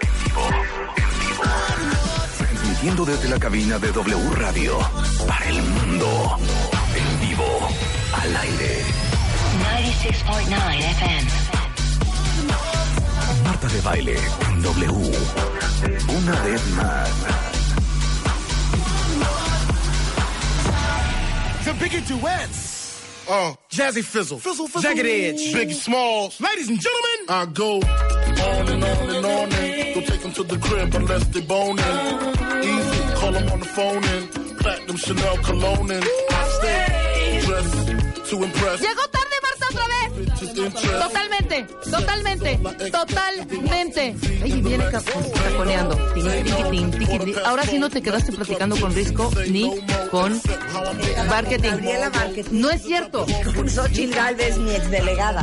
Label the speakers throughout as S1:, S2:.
S1: En vivo. En vivo. Transmitiendo desde la cabina de W Radio para el mundo. En vivo. Al aire.
S2: 96.9 FM.
S1: Marta de baile en W. Una vez más.
S3: The bigger duets. Uh, Jazzy Fizzle. Fizzle Fizzle. Jagged Edge. Big Smalls. Ladies and gentlemen, I go on and on and on and don't take them to the crib unless they boning. Easy, call them on the phone and platinum Chanel cologne and I stay dressed to impress.
S4: Llegó tarde Marta otra vez.
S3: Just interest.
S4: Totalmente, totalmente, totalmente. Ay, viene ca- taconeando. Tin, tiquitín, tiquitín. Ahora sí no te quedaste platicando con Risco ni con marketing.
S5: Gabriela Márquez.
S4: No es cierto.
S5: Xochitl Galvez, mi exdelegada.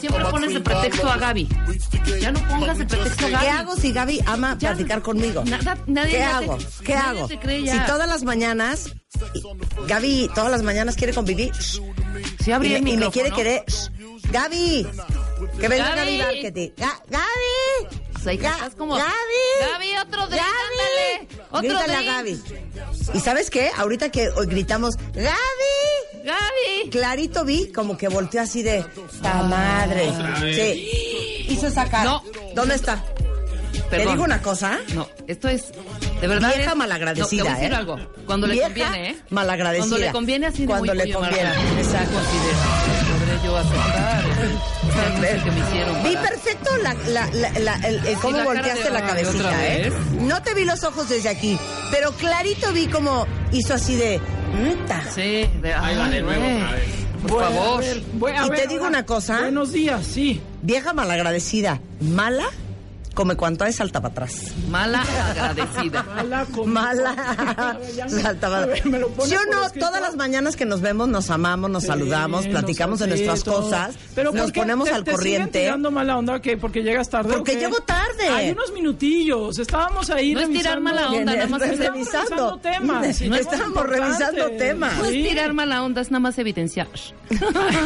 S4: Siempre pones de pretexto a Gaby. Ya no pongas de pretexto a
S5: ¿Qué
S4: Gaby.
S5: hago si Gaby ama
S4: Ya
S5: platicar
S4: no-
S5: conmigo?
S4: nada- nadie
S5: ¿Qué
S4: ya te-
S5: hago? ¿Qué
S4: nadie
S5: hago?
S4: te cree ya.
S5: si todas las mañanas, Gaby todas las mañanas quiere convivir shh,
S4: Si
S5: y,
S4: abrí
S5: me-
S4: el
S5: y me
S4: micrófono.
S5: quiere querer. shh, Gaby, que venga
S4: Gaby.
S5: Gaby Marketing. Ga- Gaby,
S4: Pues ahí
S5: Ga-
S4: estás como-
S5: Gaby.
S4: Gaby, otro drink, ándale. Otro
S5: Grítale
S4: drink.
S5: a Gaby. ¿Y sabes qué? Ahorita que hoy gritamos, Gaby,
S4: Gaby.
S5: clarito vi como que volteó así de, ¡ta madre! Sí. Hizo esa cara.
S4: No.
S5: ¿Dónde está?
S4: Perdón.
S5: Te digo una cosa.
S4: No, esto es de verdad.
S5: Vieja
S4: es-
S5: malagradecida,
S4: no, te voy a decir
S5: ¿eh?
S4: algo. Cuando
S5: Vieja
S4: le conviene, ¿eh?
S5: malagradecida.
S4: Cuando le conviene así de
S5: Cuando
S4: muy,
S5: le
S4: oye,
S5: conviene,
S4: Marta,
S5: exacto.
S4: así de, podré yo aceptar el anuncio que me hicieron.
S5: Vi perfecto la, la- la- la- el, el cómo
S4: la cara
S5: volteaste
S4: de,
S5: la
S4: "Ay,
S5: cabecita,
S4: otra
S5: ¿eh?
S4: vez".
S5: No te vi los ojos desde aquí, pero clarito vi cómo hizo así de... "Mta".
S4: Sí, de, ay, güey, Por favor.
S5: Y te digo una cosa.
S6: Buenos días, sí.
S5: Vieja malagradecida, mala, come cuanto hay, salta para atrás.
S4: Mala agradecida.
S5: Pues
S6: Mala com-
S5: Mala, salta para atrás.
S6: Me lo pone
S5: Yo
S6: por
S5: no,
S6: escrito.
S5: todas las mañanas que nos vemos, nos amamos, nos
S6: Sí,
S5: saludamos,
S6: no
S5: platicamos
S6: sé,
S5: de nuestras
S6: todo.
S5: cosas,
S6: Pero ¿por
S5: nos
S6: qué
S5: ponemos
S6: te-
S5: al
S6: te siguen
S5: corriente.
S6: tirando mala onda que porque llegas tarde.
S5: Porque
S6: o qué?
S5: llego tarde.
S6: Hay unos minutillos. Estábamos ahí.
S4: No es tirar
S6: revisando-
S4: mala onda, nada más es-
S5: revisando
S6: Estábamos revisando temas.
S5: Sí, estábamos revisando
S6: Importantes.
S5: temas.
S4: No es Pues tirar mala onda, es nada más evidenciar.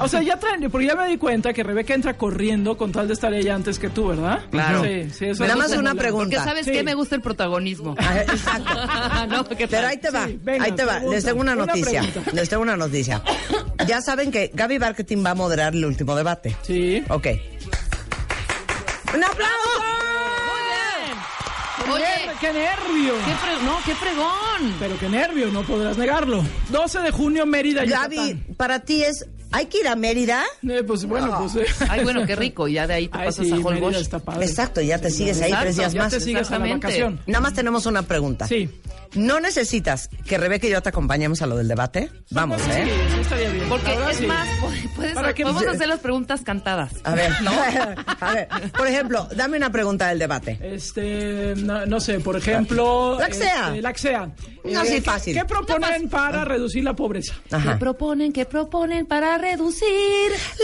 S6: O sea, ya traen, porque ya me di cuenta que Rebeca entra corriendo con tal de estar ella antes que tú, ¿verdad?
S4: Claro.
S6: Sí, sí, eso
S5: Nada
S6: es
S5: más
S6: lo que
S5: una
S6: mola.
S5: pregunta.
S4: Porque sabes
S6: Sí.
S4: que me gusta el protagonismo.
S5: Ah, Exacto.
S4: no, ¿qué tal?
S5: Pero ahí te va,
S6: Sí, venga,
S5: ahí te va.
S6: pregunta,
S5: Les tengo una
S6: una
S5: noticia.
S6: pregunta.
S5: Les tengo una noticia. Ya saben que Gaby Marketing va a moderar el último debate.
S6: Sí.
S5: Ok. ¡Un aplauso!
S4: Oye,
S6: ¡Qué nervio!
S4: qué fre- no, qué fregón.
S6: Pero qué nervio, no podrás negarlo. 12 de junio, Mérida, Yucatán.
S5: Gaby, para ti es. ¿Hay que ir a Mérida?
S6: Eh, pues bueno, pues... eh.
S4: Ay, bueno, qué rico. Ya de ahí te
S6: Ay,
S4: pasas
S6: sí,
S4: a
S6: Mérida
S4: Holbox.
S6: está padre.
S5: Exacto, ya te sigues ahí tres días
S6: ya
S5: más.
S6: te sigues a la
S4: Exactamente.
S6: vacación.
S5: Nada más tenemos una pregunta.
S6: Sí.
S5: ¿No necesitas que Rebeca y yo te acompañemos a lo del debate? Vamos, ¿eh?
S6: Sí, estaría bien.
S4: Porque
S6: Ahora
S4: es
S6: sí.
S4: más, pues, puedes,
S6: Para que-
S4: podemos hacer las preguntas cantadas.
S5: A ver, a ver, por ejemplo, dame una pregunta del debate.
S6: Este, no, no sé, por ejemplo...
S5: La que sea.
S6: este, la que sea.
S5: No, sí, fácil.
S6: ¿Qué proponen para reducir la pobreza?
S4: ¿Qué
S5: Ajá.
S4: proponen? ¿Qué proponen para reducir?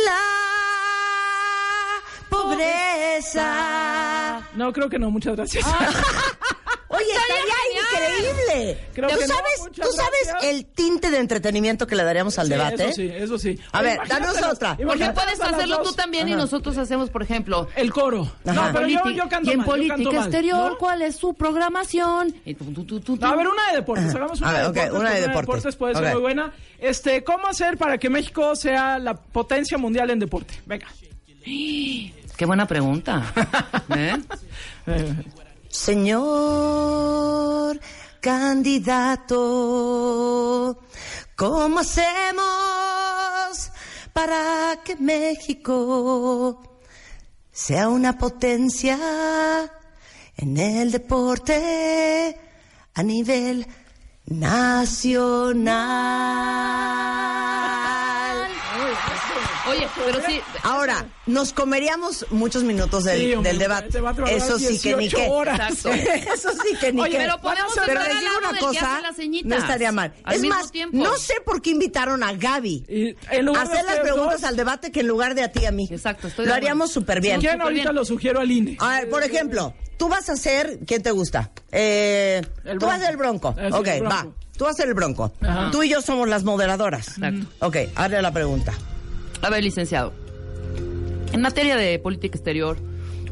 S5: La pobreza.
S6: No, creo que no, muchas gracias.
S4: Ah,
S5: Oye, estaría
S4: Estaría
S5: increíble.
S6: Creo
S5: ¿Tú
S6: que no,
S5: sabes,
S6: muchas
S5: tú sabes
S6: gracias.
S5: el tinte de entretenimiento que le daríamos al
S6: Sí,
S5: debate?
S6: Eso sí, eso sí.
S5: A ver,
S6: Imagínate
S5: danos
S6: las-
S5: otra.
S4: Porque
S6: imagínate
S4: puedes
S6: a las
S4: hacerlo
S6: dos.
S4: tú también y nosotros hacemos, por ejemplo,
S6: El coro.
S5: Ajá.
S6: No, pero yo,
S4: politi-
S6: yo canto
S4: y en
S6: mal, yo
S4: política
S6: canto mal,
S4: exterior,
S6: ¿no?
S4: ¿cuál es su programación? Y tu, tu, tu, tu, tu.
S6: A ver, una de deportes. Hagamos una,
S5: A ver,
S6: de,
S5: ok,
S6: deportes,
S5: una de
S6: porque
S5: deportes.
S6: puede
S5: Ok.
S6: ser muy buena. Este, ¿Cómo hacer para que México sea la potencia mundial en deporte? Venga.
S4: Qué buena pregunta. ¿Eh?
S6: Eh,
S5: Señor candidato, ¿cómo hacemos para que México sea una potencia en el deporte a nivel nacional?
S4: Oye, pero sí.
S5: Ahora, nos comeríamos muchos minutos del,
S6: Sí, hombre,
S5: del debate.
S6: se va a trabajar
S5: Eso sí que ni
S6: 18
S5: qué.
S6: horas.
S4: Exacto.
S5: Eso sí que ni
S6: Oye,
S5: qué.
S6: pero
S4: podemos
S5: pero
S4: entrar
S5: les
S4: al
S5: digo
S4: lado
S5: una
S4: del que
S5: cosa,
S4: hace las ceñitas.
S5: no estaría mal.
S4: Al
S5: es
S4: mismo
S5: más,
S4: tiempo.
S5: no sé por qué invitaron a Gaby.
S6: Y en lugar de
S5: hacer las
S6: ustedes
S5: preguntas
S6: dos,
S5: al debate que en lugar de a ti y a mí.
S4: Exacto, estoy de
S5: Lo
S4: acuerdo.
S5: haríamos súper bien. Ah,
S6: Si quieren, ahorita
S4: bien.
S6: lo sugiero al INE.
S5: A ver, por ejemplo, tú vas a ser, ¿quién te gusta? Eh,
S6: El
S5: tú vas a ser el bronco.
S6: Eh, sí,
S5: ok,
S6: el Bronco.
S5: va. Tú vas a ser el bronco.
S6: Ajá.
S5: Tú y yo somos las moderadoras.
S4: Exacto.
S5: Ok, hazle la pregunta.
S4: A ver, licenciado. En materia de política exterior,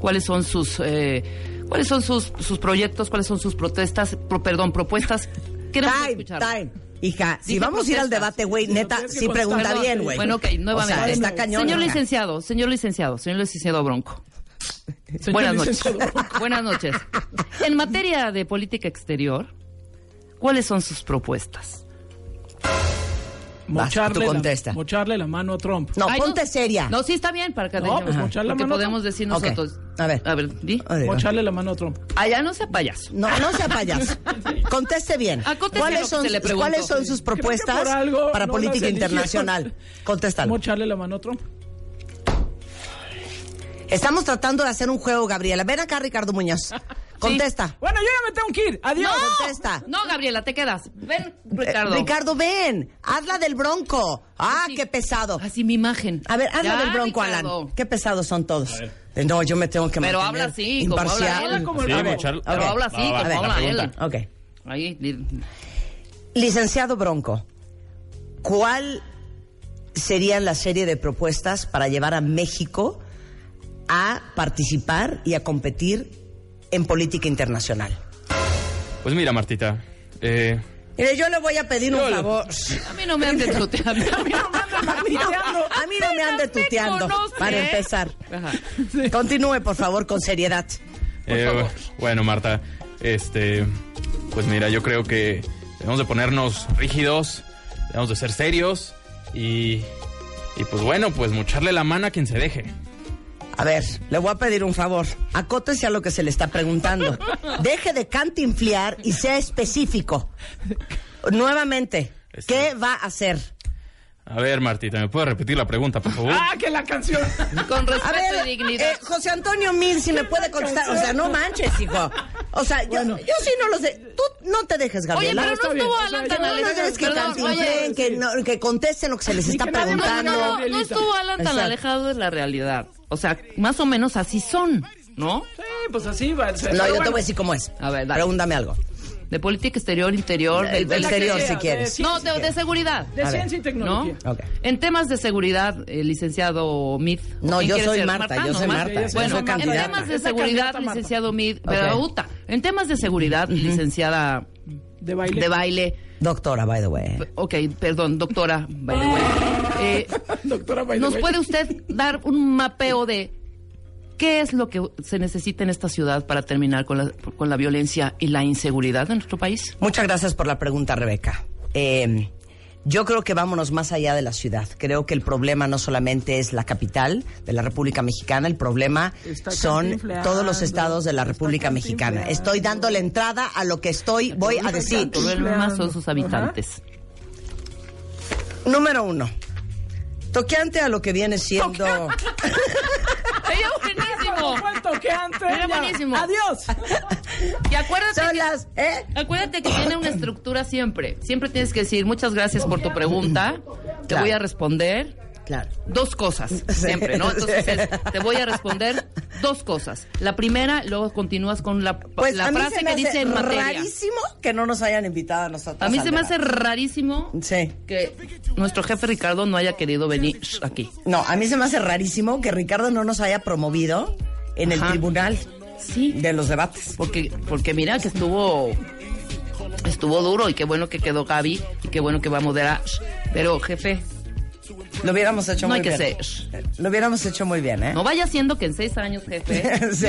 S4: ¿cuáles son sus eh, cuáles son sus, sus proyectos, cuáles son sus protestas, pro- perdón, propuestas? Queremos
S5: Time,
S4: escuchar.
S5: time. Hija, si
S4: Dije
S5: vamos a ir al
S4: protestas.
S5: debate, güey,
S6: Sí,
S5: neta,
S6: tienes que
S5: sí pregunta
S6: contestar.
S5: bien, güey.
S4: Bueno, ok,
S5: O sea,
S4: nuevamente.
S5: está cañón.
S4: señor
S5: hija.
S4: licenciado, señor licenciado, señor licenciado Bronco.
S6: Señor
S4: Buenas noches.
S6: licenciado.
S4: Buenas noches. En materia de política exterior, ¿cuáles son sus propuestas?
S5: Vas, tú
S6: Mocharle,
S5: contesta.
S6: la, mocharle la mano a Trump.
S5: No,
S4: Ay,
S5: ponte seria.
S4: No, sí está bien para que
S6: No, pues,
S4: Ajá.
S6: mocharle la
S4: porque
S6: mano a
S4: podemos
S6: Trump.
S4: decir
S5: Ok,
S4: nosotros.
S5: a ver.
S4: A ver, di.
S5: Ay, Dios.
S6: Mocharle la mano a Trump.
S4: Allá no sea payaso.
S5: No, no sea payaso. Conteste bien.
S4: Ah, conteste lo
S5: ¿Cuáles
S4: que
S5: son,
S4: se le preguntó.
S5: ¿Cuáles son sus
S6: Creo que
S5: propuestas
S6: por algo
S5: para
S6: no
S5: política
S6: las eligieron.
S5: internacional? Contestan.
S6: Mocharle la mano a Trump.
S5: Estamos tratando de hacer un juego, Gabriela. Ven acá, Ricardo Muñoz. Contesta.
S6: Bueno, yo ya me tengo que ir. Adiós.
S5: Pues Contesta.
S4: ¡Ah! No, Gabriela, te quedas. Ven, Ricardo.
S5: Ricardo. Eh, Ricardo, ven. Hazla del bronco. Ah,
S4: Sí.
S5: qué pesado.
S4: Así mi imagen.
S5: A ver, hazla
S4: Ya,
S5: del bronco,
S4: Ricardo.
S5: Alan. Qué pesados son todos. Eh, No, yo me tengo que
S4: Pero
S5: mantener
S4: habla así, como habla
S5: imparcial.
S4: él. Habla
S6: como
S7: Sí,
S6: A ver,
S7: mochar-
S4: Pero
S5: Ok.
S4: habla así,
S7: Va, va,
S5: A ver.
S4: como habla
S7: pregunta.
S4: él.
S5: Ok.
S4: Ahí, di-
S5: Licenciado Bronco, ¿cuál serían la serie de propuestas para llevar a México a participar y a competir en política internacional?
S7: Pues mira, Martita. eh,
S5: Mire, yo le voy a pedir un
S7: Yo lo-
S5: favor.
S4: a mí no me andes tuteando. A mí no me andes
S6: Martiteando.
S5: A mí no me ande
S4: Apenas me
S5: tuteando,
S4: conoce.
S5: para empezar.
S4: Ajá.
S5: Continúe, por favor, con seriedad.
S7: eh, bueno, Marta, este, pues mira, yo creo que debemos de ponernos rígidos, debemos de ser serios y, y pues bueno, pues mocharle la mano a quien se deje.
S5: A ver, le voy a pedir un favor. Acótese a lo que se le está preguntando. Deje de cantinfliar y sea específico. Nuevamente, ¿qué va a hacer?
S7: A ver, Martita, ¿me puedes repetir la pregunta, por favor?
S6: Ah, que la canción.
S4: Con
S5: A
S4: respeto
S5: ver,
S4: y dignidad.
S5: eh, José Antonio Mil, si me puede contestar. O sea, no manches, hijo. O sea, yo, yo sí no lo sé. Tú no te dejes,
S4: Oye,
S5: Gabriela.
S4: pero
S6: está
S4: no
S6: bien.
S4: estuvo
S6: O sea,
S4: Alan
S6: yo
S4: tan
S5: no, no
S4: alejado.
S5: dejes que
S4: Perdón,
S5: cantinfleen,
S4: oye.
S5: que, no- que contesten lo que se les está
S6: que nadie-
S4: No,
S5: preguntando.
S4: no, no, no estuvo Alan tan
S5: Exacto.
S4: alejado de la realidad. O sea, más o menos así son, ¿no?
S6: Sí, pues así va.
S5: No, yo te voy a decir cómo es.
S4: A ver, dale.
S5: Pregúntame algo.
S4: De política exterior, interior,
S5: Eh, El,
S4: del-
S5: exterior,
S6: que
S5: si
S6: sea,
S5: quieres.
S6: sí.
S4: No, de, de seguridad.
S6: De
S5: A
S6: ciencia y
S4: ¿No?
S6: tecnología.
S5: Ok.
S4: En temas de seguridad, eh, licenciado Mid.
S5: No,
S4: ¿quién
S5: yo
S4: quiere
S5: soy
S4: ser?
S5: Marta, yo
S4: ¿no?
S5: soy
S4: Marta.
S6: Marta, yo
S4: Bueno,
S6: soy
S4: en
S6: candidata.
S4: temas de
S6: Es la
S4: seguridad,
S6: candidata, Marta.
S4: licenciado Mid, Berauta. En temas de seguridad, licenciada
S6: De baile.
S4: de baile,
S5: Doctora, by the way.
S4: p- ok, perdón, doctora, by the way. Eh,
S6: Doctora Baile.
S4: ¿Nos puede usted dar un mapeo de qué es lo que se necesita en esta ciudad para terminar con la, con la violencia y la inseguridad en nuestro país?
S5: Muchas gracias por la pregunta, Rebeca. Eh, yo creo que vámonos más allá de la ciudad. Creo que el problema no solamente es la capital de la República Mexicana, el problema
S6: Está
S5: son
S6: cantinfleando,
S5: todos los estados de la
S6: está
S5: República Mexicana.
S6: cantinfleando.
S5: Estoy dándole entrada a lo que estoy, voy a decir.
S4: Todo el más son sus habitantes.
S5: Número uno, toqueante a lo que viene siendo...
S4: ¡Ella buenísimo!
S6: que antes.
S4: Era buenísimo.
S6: Adiós.
S4: Y acuérdate
S5: Son
S4: que-
S5: las, ¿eh?
S4: Acuérdate que tiene una estructura siempre. Siempre tienes que decir muchas gracias por tu pregunta. Te
S5: Claro.
S4: voy a responder
S5: Claro.
S4: dos cosas siempre, ¿no? Entonces es, te voy a responder dos cosas. La primera, luego continúas con la,
S5: Pues
S4: la
S5: a mí
S4: frase
S5: se me
S4: que dice
S5: hace
S4: en materia.
S5: rarísimo que no nos hayan invitado a nosotros.
S4: A mí
S5: al
S4: se me hace
S5: debate.
S4: rarísimo
S5: Sí.
S4: que nuestro jefe Ricardo no haya querido venir aquí.
S5: No, a mí se me hace rarísimo que Ricardo no nos haya promovido en el
S4: Ajá.
S5: tribunal
S4: Sí,
S5: de los debates.
S4: porque porque mira que estuvo estuvo duro y qué bueno que quedó Gaby y qué bueno que va a moderar. Pero jefe,
S5: Lo hubiéramos hecho
S4: No
S5: muy
S4: hay que
S5: bien. Eh,
S4: ser.
S5: Lo hubiéramos hecho muy bien, ¿eh?
S4: no vaya siendo que en seis años, jefe,
S5: Sí.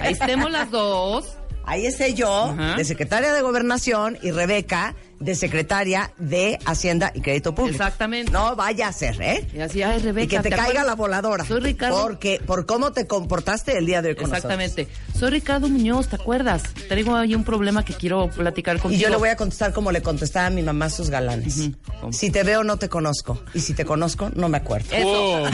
S4: Ahí estemos las dos.
S5: Ahí esté yo,
S4: Ajá.
S5: de secretaria de Gobernación, y Rebeca, de secretaria de Hacienda y Crédito Público.
S4: Exactamente.
S5: No vaya a ser, ¿eh?
S4: Y así, ay, Rebeca.
S5: Y que te, caiga
S4: acuerdas?
S5: la voladora.
S4: Soy Ricardo.
S5: Porque, por cómo te comportaste el día de hoy con
S4: Exactamente. Soy Ricardo Muñoz, ¿te acuerdas? Traigo ahí un problema que quiero platicar
S5: nosotros. Y
S4: contigo.
S5: yo le voy a contestar como le contestaba a mi mamá a sus galanes.
S4: Ujú.
S5: Si te veo, no te conozco. Y si te conozco, no me acuerdo.
S4: Eso.
S7: Oh,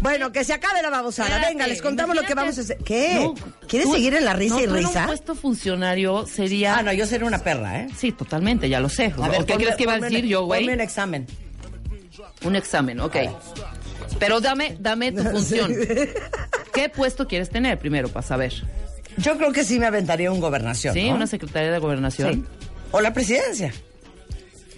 S5: Bueno, que se acabe la babosada.
S4: Espérate,
S5: Venga, les contamos lo que vamos a hacer.
S4: imagínate-
S5: ¿Qué?
S4: No,
S5: ¿Quieres
S4: tú-
S5: seguir en la risa
S4: no,
S5: y
S4: tú en
S5: risa?
S4: un puesto funcionario sería...
S5: Ah, no, yo seré una perra, ¿eh?
S4: Sí, totalmente, ya lo sé.
S5: A ver,
S4: ¿Qué
S5: ponme-
S4: crees que iba a
S5: ponme un-
S4: decir yo, güey?
S5: Ponme un examen.
S4: Un examen, ok. Pero dame, dame tu función. ¿Qué puesto quieres tener primero para saber?
S5: Yo creo que sí me aventaría un gobernación.
S4: ¿Sí?
S5: ¿no?
S4: ¿Una secretaria de gobernación?
S5: Sí. O la presidencia.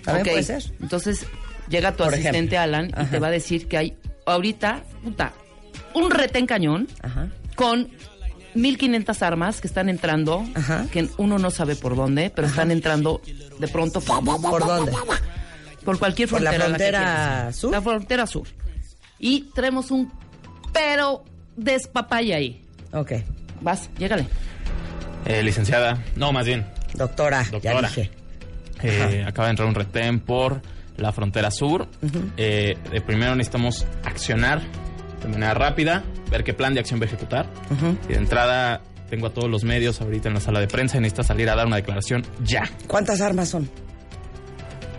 S5: También
S4: Ok.
S5: puede ser.
S4: Entonces, llega tu
S5: Por
S4: asistente
S5: ejemplo.
S4: Alan y te
S5: Ajá.
S4: va a decir que hay ahorita, puta, un retén cañón
S5: Ajá.
S4: con 1500 armas que están entrando,
S5: Ajá.
S4: que uno no sabe por dónde, pero están entrando de pronto.
S5: ¿Por dónde?
S4: Por cualquier
S5: ¿Por la
S4: frontera.
S5: frontera
S4: que quieras.
S5: sur?
S4: La frontera sur. Y traemos un pero despapaya ahí.
S5: Ok.
S4: Vas, llégale.
S7: eh, licenciada, no, más bien,
S5: Doctora, ya
S7: Doctora.
S5: dije.
S7: eh, acaba de entrar un retén por la frontera sur. Eh, eh, primero necesitamos accionar de manera rápida, ver qué plan de acción va a ejecutar. Y de entrada, tengo a todos los medios ahorita en la sala de prensa y necesita salir a dar una declaración ya.
S5: ¿Cuántas armas son?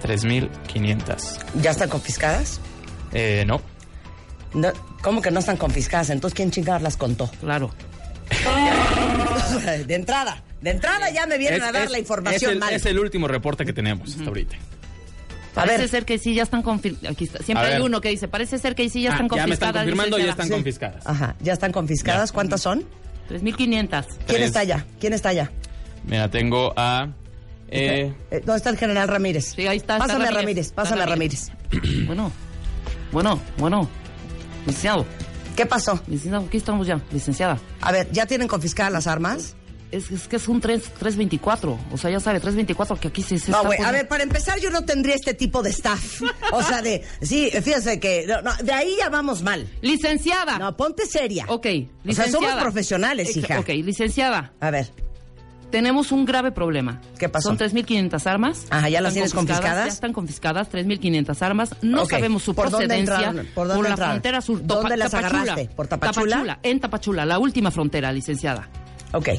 S7: 3.500.
S5: ¿Ya están confiscadas?
S7: Eh, no.
S5: No, ¿Cómo que no están confiscadas? Entonces, ¿quién chingadas las contó?
S4: Claro.
S5: De entrada. De entrada ya me vienen a dar la información
S7: es el,
S5: mal.
S7: es el último reporte que tenemos hasta ahorita.
S5: A
S4: parece
S5: ver.
S4: ser que sí ya están confirmadas. Aquí está. Siempre
S7: A
S4: hay
S7: ver.
S4: uno que dice, parece ser que sí ya
S7: Ah,
S4: están
S7: ya me
S4: confiscadas.
S7: están confirmando, ya
S4: licenciada.
S7: están confiscadas.
S5: Ajá. ¿Ya están confiscadas? ¿Cuántas son?
S4: 3500.
S5: ¿Quién
S7: Tres.
S5: está allá? ¿Quién está allá?
S7: Mira, tengo a... eh,
S5: Eh, ¿Dónde está el general Ramírez?
S4: Sí, ahí está. está
S5: Pásame a Ramírez,
S4: está
S5: pásame a Ramírez.
S4: bueno, bueno, bueno. Licenciado,
S5: ¿Qué pasó?
S4: licenciado, aquí estamos ya, licenciada.
S5: A ver, ¿ya tienen confiscadas las armas?
S4: Es, es que es un 3, 324. O sea, ya sabe, 324 que aquí se, se
S5: No,
S4: está
S5: güey, a
S4: poniendo-
S5: ver, para empezar yo no tendría este tipo de staff. O sea, de, sí, fíjense que, no, no, de ahí ya vamos mal.
S4: Licenciada.
S5: No, ponte seria.
S4: Ah. Ok, licenciada.
S5: O sea, somos
S4: Exa-
S5: profesionales, hija.
S4: Ok, licenciada.
S5: A ver,
S4: Tenemos un grave problema.
S5: ¿Qué pasó?
S4: Son 3.500 armas.
S5: Ajá, ¿ya las
S4: Están
S5: tienes confiscadas?
S4: Ya están confiscadas, 3.500 armas. No
S5: Ok,
S4: sabemos su
S5: ¿por dónde
S4: procedencia.
S5: entraron? ¿Por dónde
S4: la
S5: entraron?
S4: frontera sur.
S5: ¿Dónde las agarraste? ¿Por Tapachula?
S4: En Tapachula, la última frontera, licenciada.
S5: ok.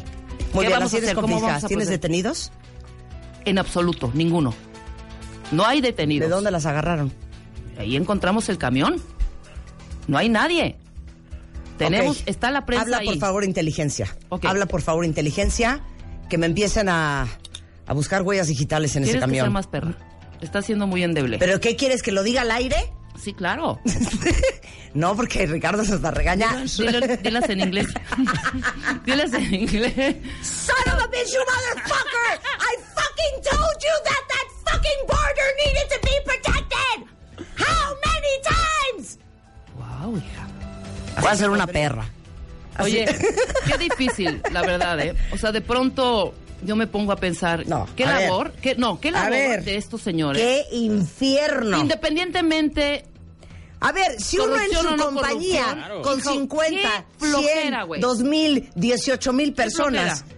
S5: Muy
S4: ¿Qué vamos
S5: bien,
S4: a
S5: las tienes
S4: hacer? ¿Cómo vamos
S5: confiscadas.
S4: a
S5: ¿Tienes
S4: proceder?
S5: detenidos?
S4: En absoluto, ninguno. No hay detenidos.
S5: ¿De dónde las agarraron?
S4: Ahí encontramos el camión. No hay nadie. Tenemos,
S5: Ok.
S4: está la prensa
S5: Habla,
S4: ahí.
S5: por favor, inteligencia.
S4: Ok.
S5: Habla, por favor, inteligencia. Que me empiecen a, a buscar huellas digitales en ese
S4: Tienes que
S5: camión.
S4: ser más perra. Está siendo muy endeble.
S5: ¿Pero qué quieres? ¿Que lo diga al aire?
S4: sí, claro.
S5: No, porque Ricardo se está regaña.
S4: Dilo- Dilas en inglés. Dilas en inglés.
S5: Son of a bitch, you motherfucker! I fucking told you that that fucking border needed to be protected! How many times?
S4: Wow, hija.
S5: Voy a ser una perra.
S4: Oye, qué difícil, la verdad, ¿eh? O sea, de pronto yo me pongo a pensar,
S5: No,
S4: ¿qué
S5: a ver.
S4: labor? ¿Qué, no, ¿qué
S5: A
S4: labor
S5: ver.
S4: de estos señores?
S5: ¡Qué infierno!
S4: Independientemente,
S5: A ver, si uno en
S4: Corrupción
S5: su
S4: o no
S5: compañía
S4: corrupción.
S5: con
S4: Hijo,
S5: 50,
S4: qué flojera,
S5: 100,
S4: güey.
S5: 2000, 18000 personas.
S4: flojera.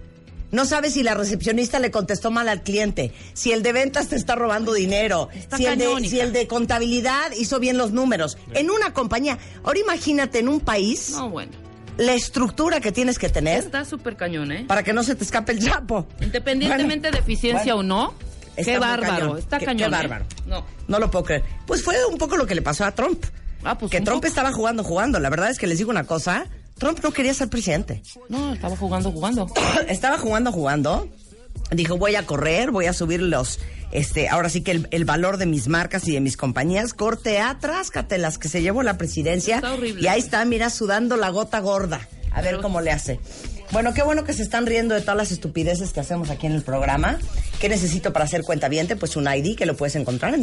S5: No sabes si la recepcionista le contestó mal al cliente, si el de ventas te está robando dinero,
S4: Está
S5: si, el de,
S4: cañón, hija.
S5: si el de contabilidad hizo bien los números. En una compañía, ahora imagínate en un país
S4: no, bueno,
S5: la estructura que tienes que tener
S4: está súper cañón, ¿eh?
S5: para que no se te escape el chapo.
S4: Independientemente de eficiencia o no,
S5: Está
S4: qué
S5: muy
S4: bárbaro,
S5: cañón.
S4: está
S5: Qué- qué
S4: cañón. ¿eh?
S5: bárbaro.
S4: No.
S5: No lo puedo creer. Pues fue un poco lo que le pasó a Trump.
S4: Ah, pues
S5: que
S4: un
S5: Trump
S4: poco.
S5: estaba jugando, jugando. La verdad es que les digo una cosa. Trump no quería ser presidente.
S4: No, estaba jugando, jugando.
S5: estaba jugando, jugando. Dijo, voy a correr, voy a subir los... Este, ahora sí que el, el valor de mis marcas y de mis compañías, corte a tráscate las que se llevó la presidencia.
S4: Está horrible.
S5: Y ahí está, mira, sudando la gota gorda. A ver
S4: Pero-
S5: cómo le hace. Bueno, qué bueno que se están riendo de todas las estupideces que hacemos aquí en el programa. ¿Qué necesito para hacer cuenta viente? Pues un ID que lo puedes encontrar en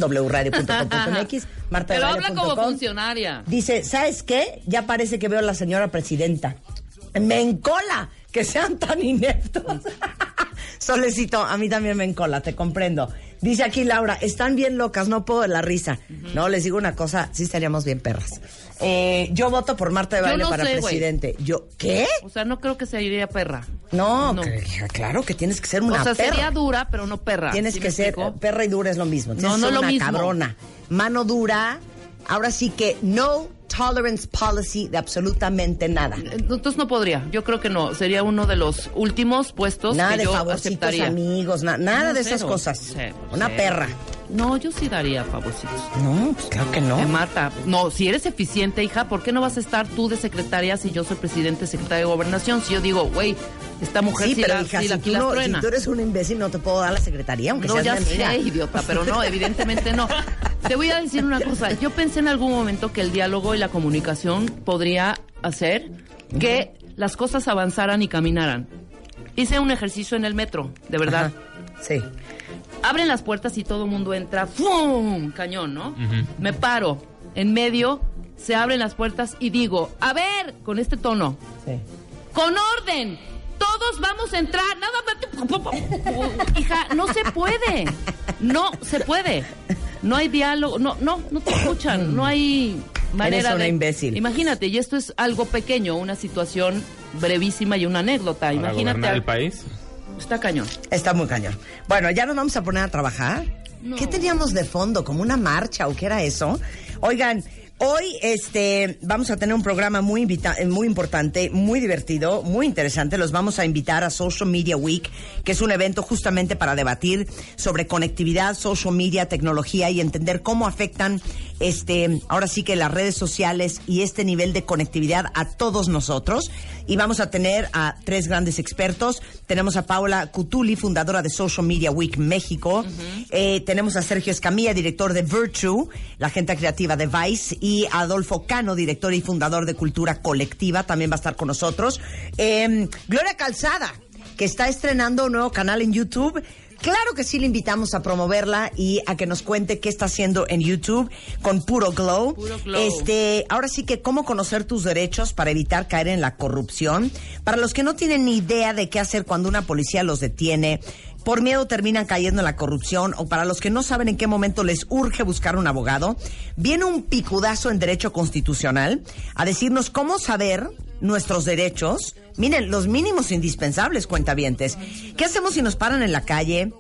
S5: wradio.com.mx. Marta
S4: Pero habla como funcionaria.
S5: Dice, ¿sabes qué? Ya parece que veo a la señora presidenta. Me encola que sean tan ineptos. Solecito, a mí también me encola, te comprendo. Dice aquí Laura, están bien locas, no puedo de la risa. No, les digo una cosa, sí estaríamos bien perras. Eh, yo voto por Marta de
S4: Yo
S5: Baile
S4: no
S5: para
S4: sé, güey.
S5: presidente. Yo, ¿qué?
S4: O sea, no creo que se iría perra.
S5: No,
S4: No.
S5: que- claro que tienes que ser una
S4: o sea,
S5: perra.
S4: sería dura, pero no perra.
S5: Tienes
S4: Ah, ¿Sí
S5: que
S4: me
S5: ser
S4: explico?
S5: perra y dura es lo mismo. Tienes
S4: No,
S5: que
S4: no
S5: ser
S4: lo
S5: una
S4: mismo.
S5: cabrona. Mano dura. Ahora sí que no tolerance policy de absolutamente nada.
S4: Entonces no podría. Yo creo que no. Sería uno de los últimos puestos
S5: Nada
S4: que
S5: de
S4: yo
S5: favorcitos
S4: aceptaría.
S5: amigos, na- nada
S4: No,
S5: de esas
S4: cero.
S5: cosas.
S4: Cero,
S5: una
S4: cero.
S5: perra.
S4: No, yo sí daría favorcitos.
S5: No, pues claro que no.
S4: Eh, Marta, no, si eres eficiente, hija, ¿por qué no vas a estar tú de secretaria si yo soy presidente, secretaria de gobernación? Si yo digo, güey, esta mujer
S5: sí,
S4: sí,
S5: pero
S4: la,
S5: hija,
S4: sí
S5: si,
S4: la- sí
S5: tú
S4: la
S5: no- si
S4: truena.
S5: tú eres un imbécil no te puedo dar la secretaría, aunque
S4: No,
S5: seas
S4: ya
S5: mi amiga.
S4: sé, idiota, pero no, evidentemente no. Te voy a decir una cosa. Yo pensé en algún momento que el diálogo y la comunicación podría hacer que las cosas avanzaran y caminaran. Hice un ejercicio en el metro, de verdad.
S5: Ajá, Sí.
S4: Abren las puertas y todo el mundo entra. ¡Fum! Cañón, ¿no? Me paro. En medio se abren las puertas y digo, a ver, con este tono,
S5: Sí.
S4: con orden. Todos vamos a entrar. Nada más. Hija, no se puede. No se puede. No hay diálogo. No, no, no te escuchan. No hay manera
S5: Eres una
S4: de.
S5: imbécil.
S4: Imagínate, y esto es algo pequeño, una situación brevísima y una anécdota.
S7: Para
S4: Imagínate.
S7: gobernar el país.
S4: Está cañón.
S5: Está muy cañón. Bueno, ya nos vamos a poner a trabajar.
S4: No.
S5: ¿Qué teníamos de fondo? ¿Como una marcha o qué era eso? Oigan, hoy este vamos a tener un programa muy invita- eh, muy importante, muy divertido, muy interesante. Los vamos a invitar a Social Media Week, que es un evento justamente para debatir sobre conectividad, social media, tecnología y entender cómo afectan este ahora sí que las redes sociales y este nivel de conectividad a todos nosotros. Y vamos a tener a tres grandes expertos. Tenemos a Paula Cutuli, fundadora de Social Media Week México. Eh, tenemos a Sergio Escamilla, director de Virtue, la agenda creativa de Vice. Y a Adolfo Cano, director y fundador de Cultura Colectiva, también va a estar con nosotros. Eh, Gloria Calzada, que está estrenando un nuevo canal en YouTube. Claro que sí le invitamos a promoverla y a que nos cuente qué está haciendo en YouTube con Puro Glow.
S4: Puro Glow.
S5: Este, eh, ahora sí que cómo conocer tus derechos para evitar caer en la corrupción. Para los que no tienen ni idea de qué hacer cuando una policía los detiene, por miedo terminan cayendo en la corrupción o para los que no saben en qué momento les urge buscar un abogado, viene un picudazo en derecho constitucional a decirnos cómo saber nuestros derechos. Miren, los mínimos indispensables, cuentavientes. ¿Qué hacemos si nos paran en la calle?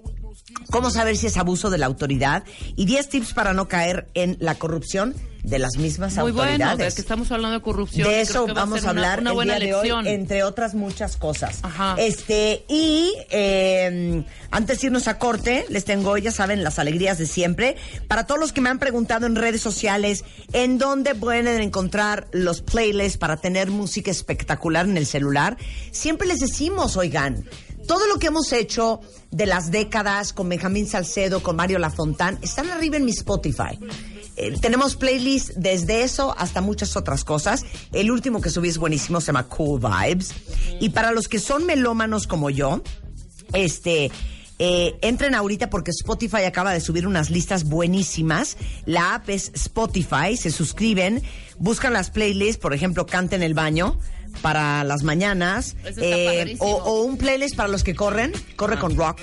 S5: cómo saber si es abuso de la autoridad y 10 tips para no caer en la corrupción de las mismas
S4: Muy bueno, de
S5: autoridades.
S4: que estamos hablando de corrupción.
S5: de
S4: creo
S5: eso
S4: que va
S5: vamos
S4: ser
S5: a
S4: una-
S5: hablar
S4: Una,
S5: el
S4: buena
S5: día de
S4: elección.
S5: hoy, entre otras muchas cosas.
S4: Ajá.
S5: Este y eh, antes de irnos a corte, les tengo, ya saben, las alegrías de siempre. Para todos los que me han preguntado en redes sociales, en dónde pueden encontrar los playlists para tener música espectacular en el celular, siempre les decimos, oigan, todo lo que hemos hecho de las décadas con Benjamín Salcedo, con Mario Lafontán, están arriba en mi Spotify. Eh, tenemos playlists desde eso hasta muchas otras cosas. El último que subí es buenísimo, se llama Cool Vibes. Y para los que son melómanos como yo, este. eh, entren ahorita porque Spotify acaba de subir unas listas buenísimas. La app es Spotify, se suscriben, buscan las playlists, por ejemplo, Cante en el baño para las mañanas, eh,
S4: Eso está
S5: o,
S4: padrísimo.
S5: o un playlist para los que corren, corre con rock.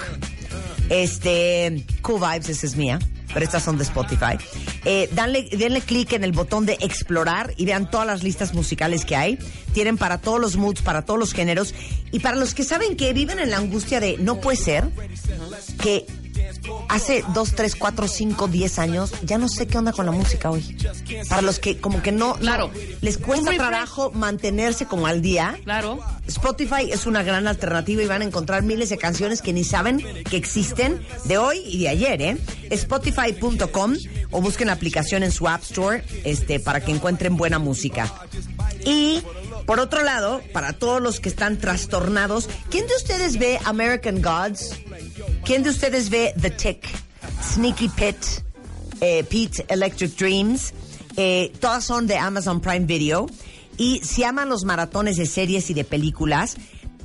S5: Este, Cool Vibes, esa es mía, pero estas son de Spotify. Eh, danle, denle clic en el botón de explorar y vean todas las listas musicales que hay. Tienen para todos los moods, para todos los géneros. Y para los que saben que viven en la angustia de no puede ser que hace 2, 3, 4, 5, 10 años ya no sé qué onda con la música hoy. Para los que como que no,
S4: Claro.
S5: no, les
S4: Un
S5: cuesta
S4: refresh.
S5: trabajo mantenerse como al día.
S4: Claro.
S5: Spotify es una gran alternativa y van a encontrar miles de canciones que ni saben que existen de hoy y de ayer, ¿eh? Spotify.com o busquen la aplicación en su App Store este, para que encuentren buena música. Y por otro lado, para todos los que están trastornados, ¿quién de ustedes ve American Gods? ¿Quién de ustedes ve The Tick? Sneaky Pit, eh, Pete Electric Dreams. Eh, todas son de Amazon Prime Video. Y si aman los maratones de series y de películas,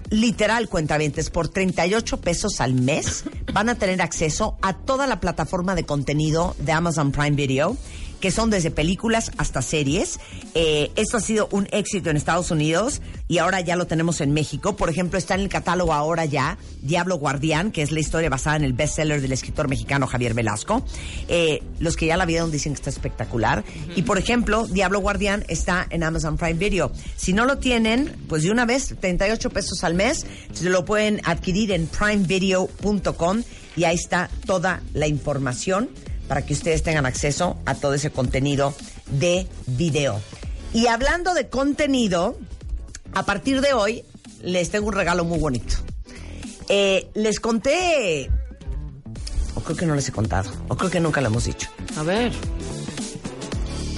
S5: literal cuentavientes, por 38 pesos al mes van a tener acceso a toda la plataforma de contenido de Amazon Prime Video. que son desde películas hasta series. Eh, esto ha sido un éxito en Estados Unidos y ahora ya lo tenemos en México. Por ejemplo, está en el catálogo ahora ya Diablo Guardián, que es la historia basada en el bestseller del escritor mexicano Javier Velasco. Eh, los que ya la vieron dicen que está espectacular. Y por ejemplo, Diablo Guardián está en Amazon Prime Video. Si no lo tienen, pues de una vez, 38 pesos al mes, se lo pueden adquirir en primevideo.com y ahí está toda la información para que ustedes tengan acceso a todo ese contenido de video. Y hablando de contenido, a partir de hoy les tengo un regalo muy bonito. Eh, les conté, o creo que no les he contado, o creo que nunca lo hemos dicho.
S4: A ver.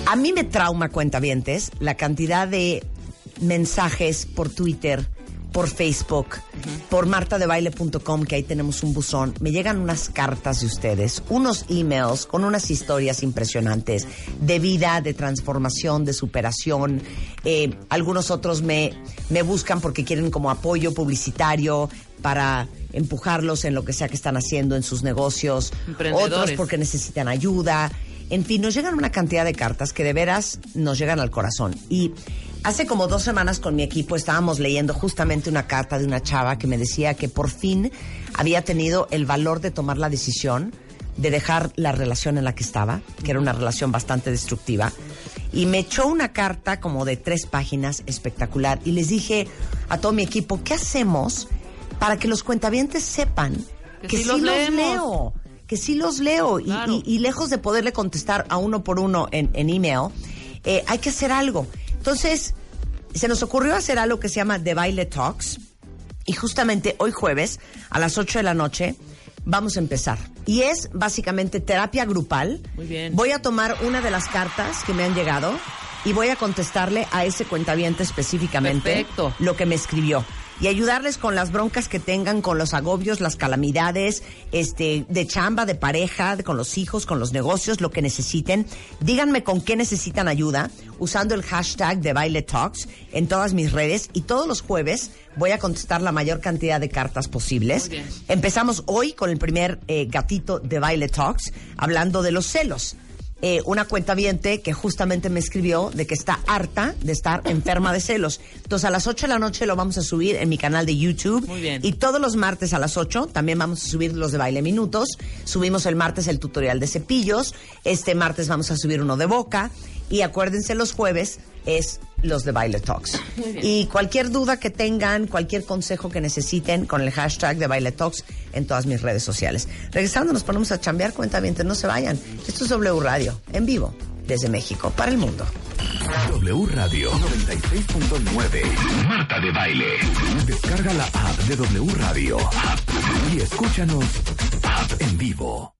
S5: A mí me trauma, cuentavientes, la cantidad de mensajes por Twitter, por Facebook, por martadebaile.com, que ahí tenemos un buzón. Me llegan unas cartas de ustedes, unos emails con unas historias impresionantes de vida, de transformación, de superación. Eh, algunos otros me, me buscan porque quieren como apoyo publicitario para empujarlos en lo que sea que están haciendo en sus negocios.
S4: Emprendedores.
S5: Otros porque necesitan ayuda. En fin, nos llegan una cantidad de cartas que de veras nos llegan al corazón. Y hace como dos semanas con mi equipo estábamos leyendo justamente una carta de una chava que me decía que por fin había tenido el valor de tomar la decisión de dejar la relación en la que estaba, que era una relación bastante destructiva. Y me echó una carta como de tres páginas espectacular. Y les dije a todo mi equipo, ¿qué hacemos para que los cuentavientes sepan que,
S4: Que sí
S5: sí
S4: los
S5: los
S4: leemos?
S5: leo? que sí los leo y,
S4: Claro.
S5: y- y lejos de poderle contestar a uno por uno en, en email, eh, hay que hacer algo. Entonces, se nos ocurrió hacer algo que se llama The Baile Talks y justamente hoy jueves a las 8 de la noche vamos a empezar. Y es básicamente terapia grupal.
S4: Muy bien.
S5: Voy a tomar una de las cartas que me han llegado y voy a contestarle a ese cuentaviente específicamente
S4: Perfecto.
S5: lo que me escribió y ayudarles con las broncas que tengan, con los agobios, las calamidades, este, de chamba, de pareja, de- con los hijos, con los negocios, lo que necesiten. Díganme con qué necesitan ayuda usando el hashtag de Baile Talks en todas mis redes y todos los jueves voy a contestar la mayor cantidad de cartas posibles.
S4: Muy bien.
S5: Empezamos hoy con el primer eh, gatito de Baile Talks, hablando de los celos. Eh, una cuenta que justamente me escribió de que está harta de estar enferma de celos. Entonces a las 8 de la noche lo vamos a subir en mi canal de YouTube.
S4: Muy bien.
S5: Y todos los martes a las 8 también vamos a subir los de baile minutos. Subimos el martes el tutorial de cepillos. Este martes vamos a subir uno de boca. Y acuérdense, los jueves es los de Baile Talks. Y cualquier duda que tengan, cualquier consejo que necesiten con el hashtag de Baile Talks en todas mis redes sociales. Regresando, nos ponemos a chambear cuenta no se vayan. Esto es W Radio, en vivo, desde México, para el mundo.
S1: W Radio 96.9. Marta de Baile. Descarga la app de W Radio. Y escúchanos app en vivo.